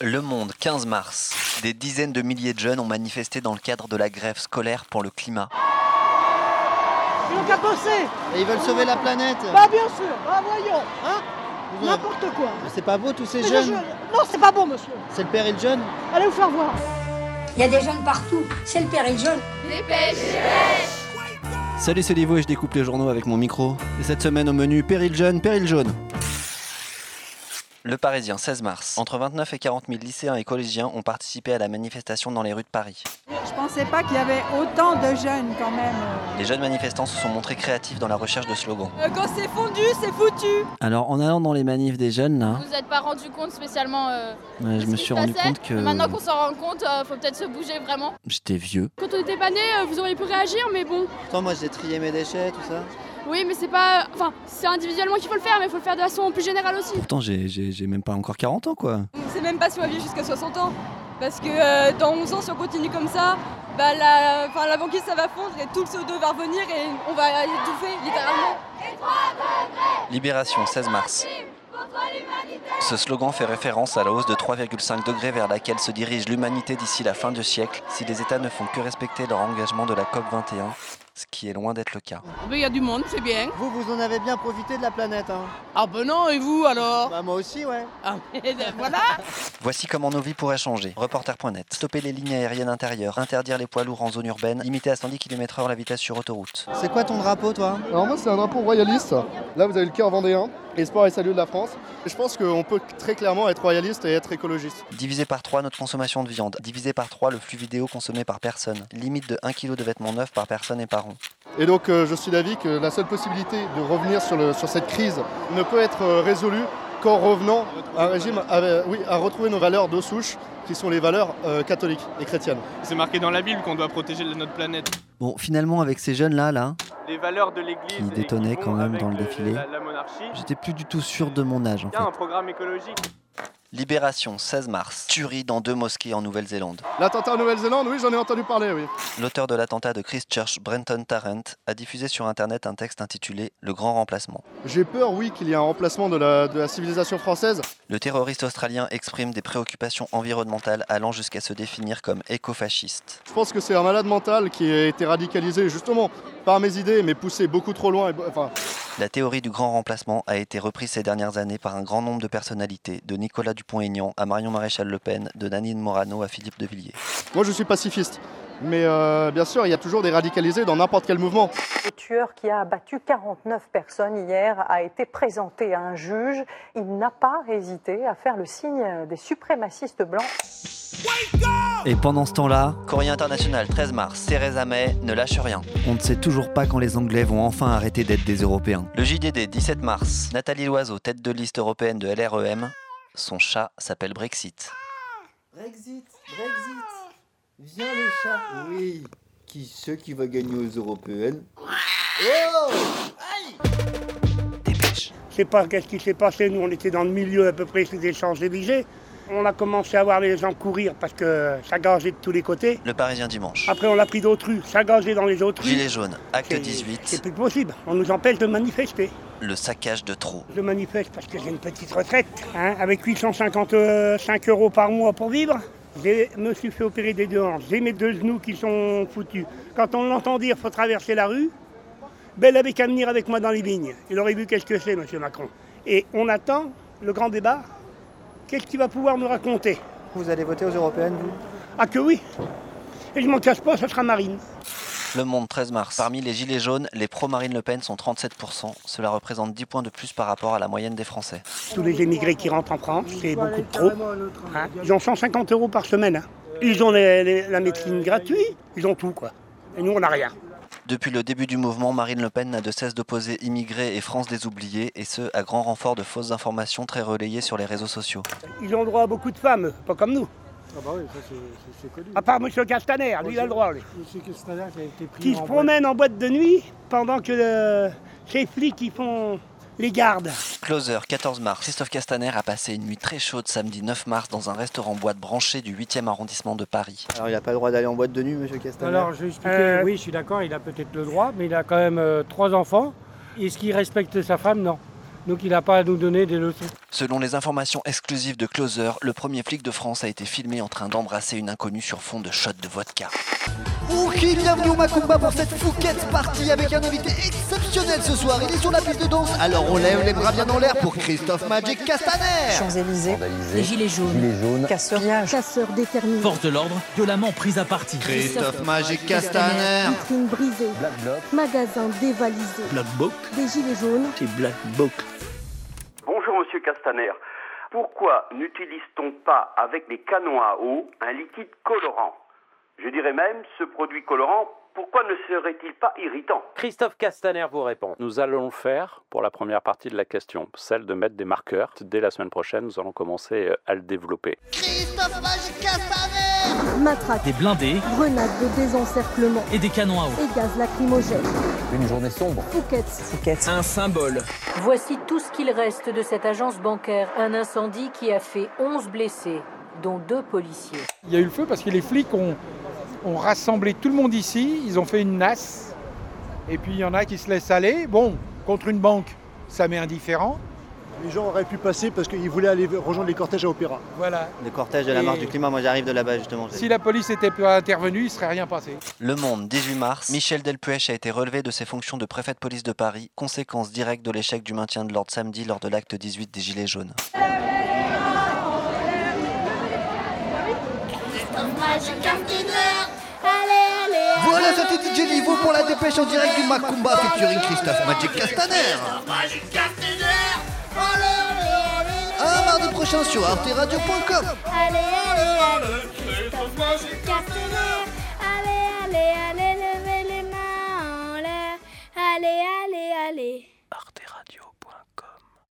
Le Monde, 15 mars. Des dizaines de milliers de jeunes ont manifesté dans le cadre de la grève scolaire pour le climat. Ils n'ont qu'à bosser Et ils veulent sauver la planète. Bah bien sûr, bah voyons, hein Vous- N'importe quoi C'est pas beau tous ces Mais jeunes. je- Non, c'est pas bon, monsieur C'est le père et le jeune. Allez vous faire voir Il y a des jeunes partout, c'est le péril jaune. Salut, c'est Livo et je découpe les journaux avec mon micro. Et cette semaine au menu, péril jeune, péril jaune. Le Parisien, 16 mars. Entre 29 et 40 000 lycéens et collégiens ont participé à la manifestation dans les rues de Paris. Je pensais pas qu'il y avait autant de jeunes quand même. Les jeunes manifestants se sont montrés créatifs dans la recherche de slogans. Euh, quand c'est fondu, c'est foutu. Alors, en allant dans les manifs des jeunes, là, Vous n'êtes pas rendu compte spécialement euh, ouais, de je ce me qui suis se rendu passait. compte que Maintenant qu'on s'en rend compte, euh, faut peut-être se bouger vraiment. j'étais vieux. Quand on n'était pas né, euh, vous auriez pu réagir, mais bon. Pourtant, moi, j'ai trié mes déchets, tout ça. Oui, mais c'est pas. euh, Enfin, c'est individuellement qu'il faut le faire, mais il faut le faire de façon plus générale aussi. Pourtant, j'ai- j'ai j'ai même pas encore 40 ans, quoi. On sait même pas si on va vivre jusqu'à 60 ans. Parce que euh, dans 11 ans, si on continue comme ça, bah, la, enfin, la banquise ça va fondre et tout le CO2 va revenir et on va étouffer littéralement. Libération, 16 mars. Ce slogan fait référence à la hausse de 3,5 degrés vers laquelle se dirige l'humanité d'ici la fin du siècle si les États ne font que respecter leur engagement de la COP21, ce qui est loin d'être le cas. Il y a du monde, c'est bien. Vous, vous en avez bien profité de la planète, hein Ah ben non, et vous alors Bah, moi aussi, ouais. Ah, mais, euh, Voilà Voici comment nos vies pourraient changer. Reporter.net. Stopper les lignes aériennes intérieures, interdire les poids lourds en zone urbaine, limiter à 110 km/h la vitesse sur autoroute. C'est quoi ton drapeau, toi Alors moi c'est un drapeau royaliste. Là vous avez le cœur vendéen, espoir et salut de la France. Je pense qu'on peut très clairement être royaliste et être écologiste. Diviser par 3 notre consommation de viande. Diviser par 3 le flux vidéo consommé par personne. Limite de 1 kg de vêtements neufs par personne et par an. Et donc euh, je suis d'avis que la seule possibilité de revenir sur, le- sur cette crise ne peut être euh, résolue qu'en revenant à un régime, à, oui, à retrouver nos valeurs de souche qui sont les valeurs euh, catholiques et chrétiennes. C'est marqué dans la Bible qu'on doit protéger notre planète. Bon, finalement, avec ces jeunes-là, là, Les valeurs de l'Église. Qui et détonnaient vont quand même avec dans le le- défilé. La, la monarchie. j'étais plus du tout sûr de mon âge, en Il y a fait. un programme écologique. Libération, 16 mars. Tuerie dans deux mosquées en Nouvelle-Zélande. L'attentat en Nouvelle-Zélande, oui j'en ai entendu parler, oui. L'auteur de l'attentat de Christchurch, Brenton Tarrant, a diffusé sur Internet un texte intitulé Le Grand Remplacement. J'ai peur, oui, qu'il y ait un remplacement de la- de la civilisation française. Le terroriste australien exprime des préoccupations environnementales allant jusqu'à se définir comme écofasciste. Je pense que c'est un malade mental qui a été radicalisé justement par mes idées, mais poussé beaucoup trop loin. et- enfin, La théorie du grand remplacement a été reprise ces dernières années par un grand nombre de personnalités, de Nicolas Dupont-Aignan à Marion Maréchal Le Pen, de Nanine Morano à Philippe de Villiers. moi je suis pacifiste, mais euh, bien sûr il y a toujours des radicalisés dans n'importe quel mouvement. Le tueur qui a abattu 49 personnes hier a été présenté à un juge. Il n'a pas hésité à faire le signe des suprémacistes blancs. Et pendant ce temps-là, Courrier international, 13 mars. Theresa May ne lâche rien. on ne sait toujours pas quand les Anglais vont enfin arrêter d'être des Européens. Le JDD, 17 mars. Nathalie Loiseau, tête de liste européenne de LREM. Son chat s'appelle Brexit. Brexit, Brexit, viens le chat. Oui, qui ce qui va gagner aux européennes Oh Dépêche. C'est pas qu'est-ce qui s'est passé, nous on était dans le milieu à peu près sous des Champs-Élysées. On a commencé à voir les gens courir parce que ça gageait de tous les côtés. Le Parisien Ah, dimanche. Après on l'a pris d'autres rues, ça gageait dans les autres rues. Gilets jaunes, acte C'est- 18. C'est plus possible, on nous empêche de manifester. Le saccage de trop. Je manifeste parce que j'ai une petite retraite, hein, avec 855 euros par mois pour vivre. Je me suis fait opérer des deux hanches, j'ai mes deux genoux qui sont foutus. Quand on l'entend dire faut traverser la rue, ben, il avait qu'à venir avec moi dans les vignes. Il aurait vu qu'est-ce que c'est, monsieur Macron. Et on attend le grand débat. Qu'est-ce qu'il va pouvoir nous raconter Vous allez voter aux européennes, vous Ah que oui Et je m'en cache pas, ça sera Marine. Le Monde, 13 mars. Parmi les gilets jaunes, les pro-Marine Le Pen sont 37%. Cela représente 10 points de plus par rapport à la moyenne des Français. Tous les émigrés qui rentrent en France, c'est beaucoup de trop. hein. Ils ont 150 euros par semaine. hein. Ils ont les- les- la médecine gratuite, ils ont tout quoi. Et nous on n'a rien. Depuis le début du mouvement, Marine Le Pen n'a de cesse d'opposer immigrés et France des oubliés, et ce, à grand renfort de fausses informations très relayées sur les réseaux sociaux. Ils ont droit à beaucoup de femmes, pas comme nous. Ah bah oui, ça c'est- c'est connu. À part M. Castaner, lui il a le droit. lui. Monsieur Castaner qui a été pris Qui se en promène en boîte de nuit pendant que euh, ces flics ils font les gardes. Closer, 14 mars. Christophe Castaner a passé une nuit très chaude samedi 9 mars dans un restaurant boîte branché du 8e arrondissement de Paris. Alors, il a pas le droit d'aller en boîte de nuit, monsieur Castaner Alors, je vais expliquer. Euh, Oui, je suis d'accord, il a peut-être le droit, mais il a quand même euh, trois enfants. Est-ce qu'il respecte sa femme Non. donc il n'a pas à nous donner des leçons. Selon les informations exclusives de Closer, le premier flic de France a été filmé en train d'embrasser une inconnue sur fond de shot de vodka. Ok, bienvenue au Macumba pour cette fouquette partie avec un invité exceptionnel ce soir. Il est sur la piste de danse, alors on lève les bras bien en l'air pour Christophe Magic Castaner. Champs-Élysées, Les gilets jaunes. Gilets jaunes. Casseuriage, casseurs déterminés. Force de l'ordre, violemment prise à partie. Christophe Magic Castaner. Vitrine brisée. Magasin dévalisé. Black Book. Des gilets jaunes. C'est Black Book. Bonjour Monsieur Castaner. Pourquoi n'utilise-t-on pas avec les canons à eau un liquide colorant Je dirais même ce produit colorant, pourquoi ne serait-il pas irritant Christophe Castaner vous répond. Nous allons le faire pour la première partie de la question, celle de mettre des marqueurs. Dès la semaine prochaine, nous allons commencer euh, à le développer. Christophe Magic Castaner. Matraque. Des blindés Grenades de désencerclement. et des canons à eau. Et gaz lacrymogène. Une journée sombre. Fouquettes. Un symbole. Voici tout ce qu'il reste de cette agence bancaire. Un incendie qui a fait 11 blessés, dont deux policiers. Il y a eu le feu parce que les flics ont, ont rassemblé tout le monde ici, ils ont fait une nasse, et puis il y en a qui se laissent aller. Bon, contre une banque, ça m'est indifférent. Les gens auraient pu passer parce qu'ils voulaient aller rejoindre les cortèges à Opéra. Voilà. Le cortège de la Et- marche du climat, moi j'arrive de là-bas justement. Si la police n'était pas intervenue, il ne serait rien passé. Le Monde, 18 mars, Michel Delpuech a été relevé de ses fonctions de préfet de police de Paris, conséquence directe de l'échec du maintien de l'ordre samedi lors de l'acte 18 des Gilets jaunes. Voilà, c'était DJ Niveau pour la dépêche en direct du Macumba featuring Christophe Magic Castaner. À mardi prochain sur arteradio.com. Allez, allez, allez. Christophe Magic Castaner. Allez, allez, allez, levez les mains en l'air. Allez, allez, allez.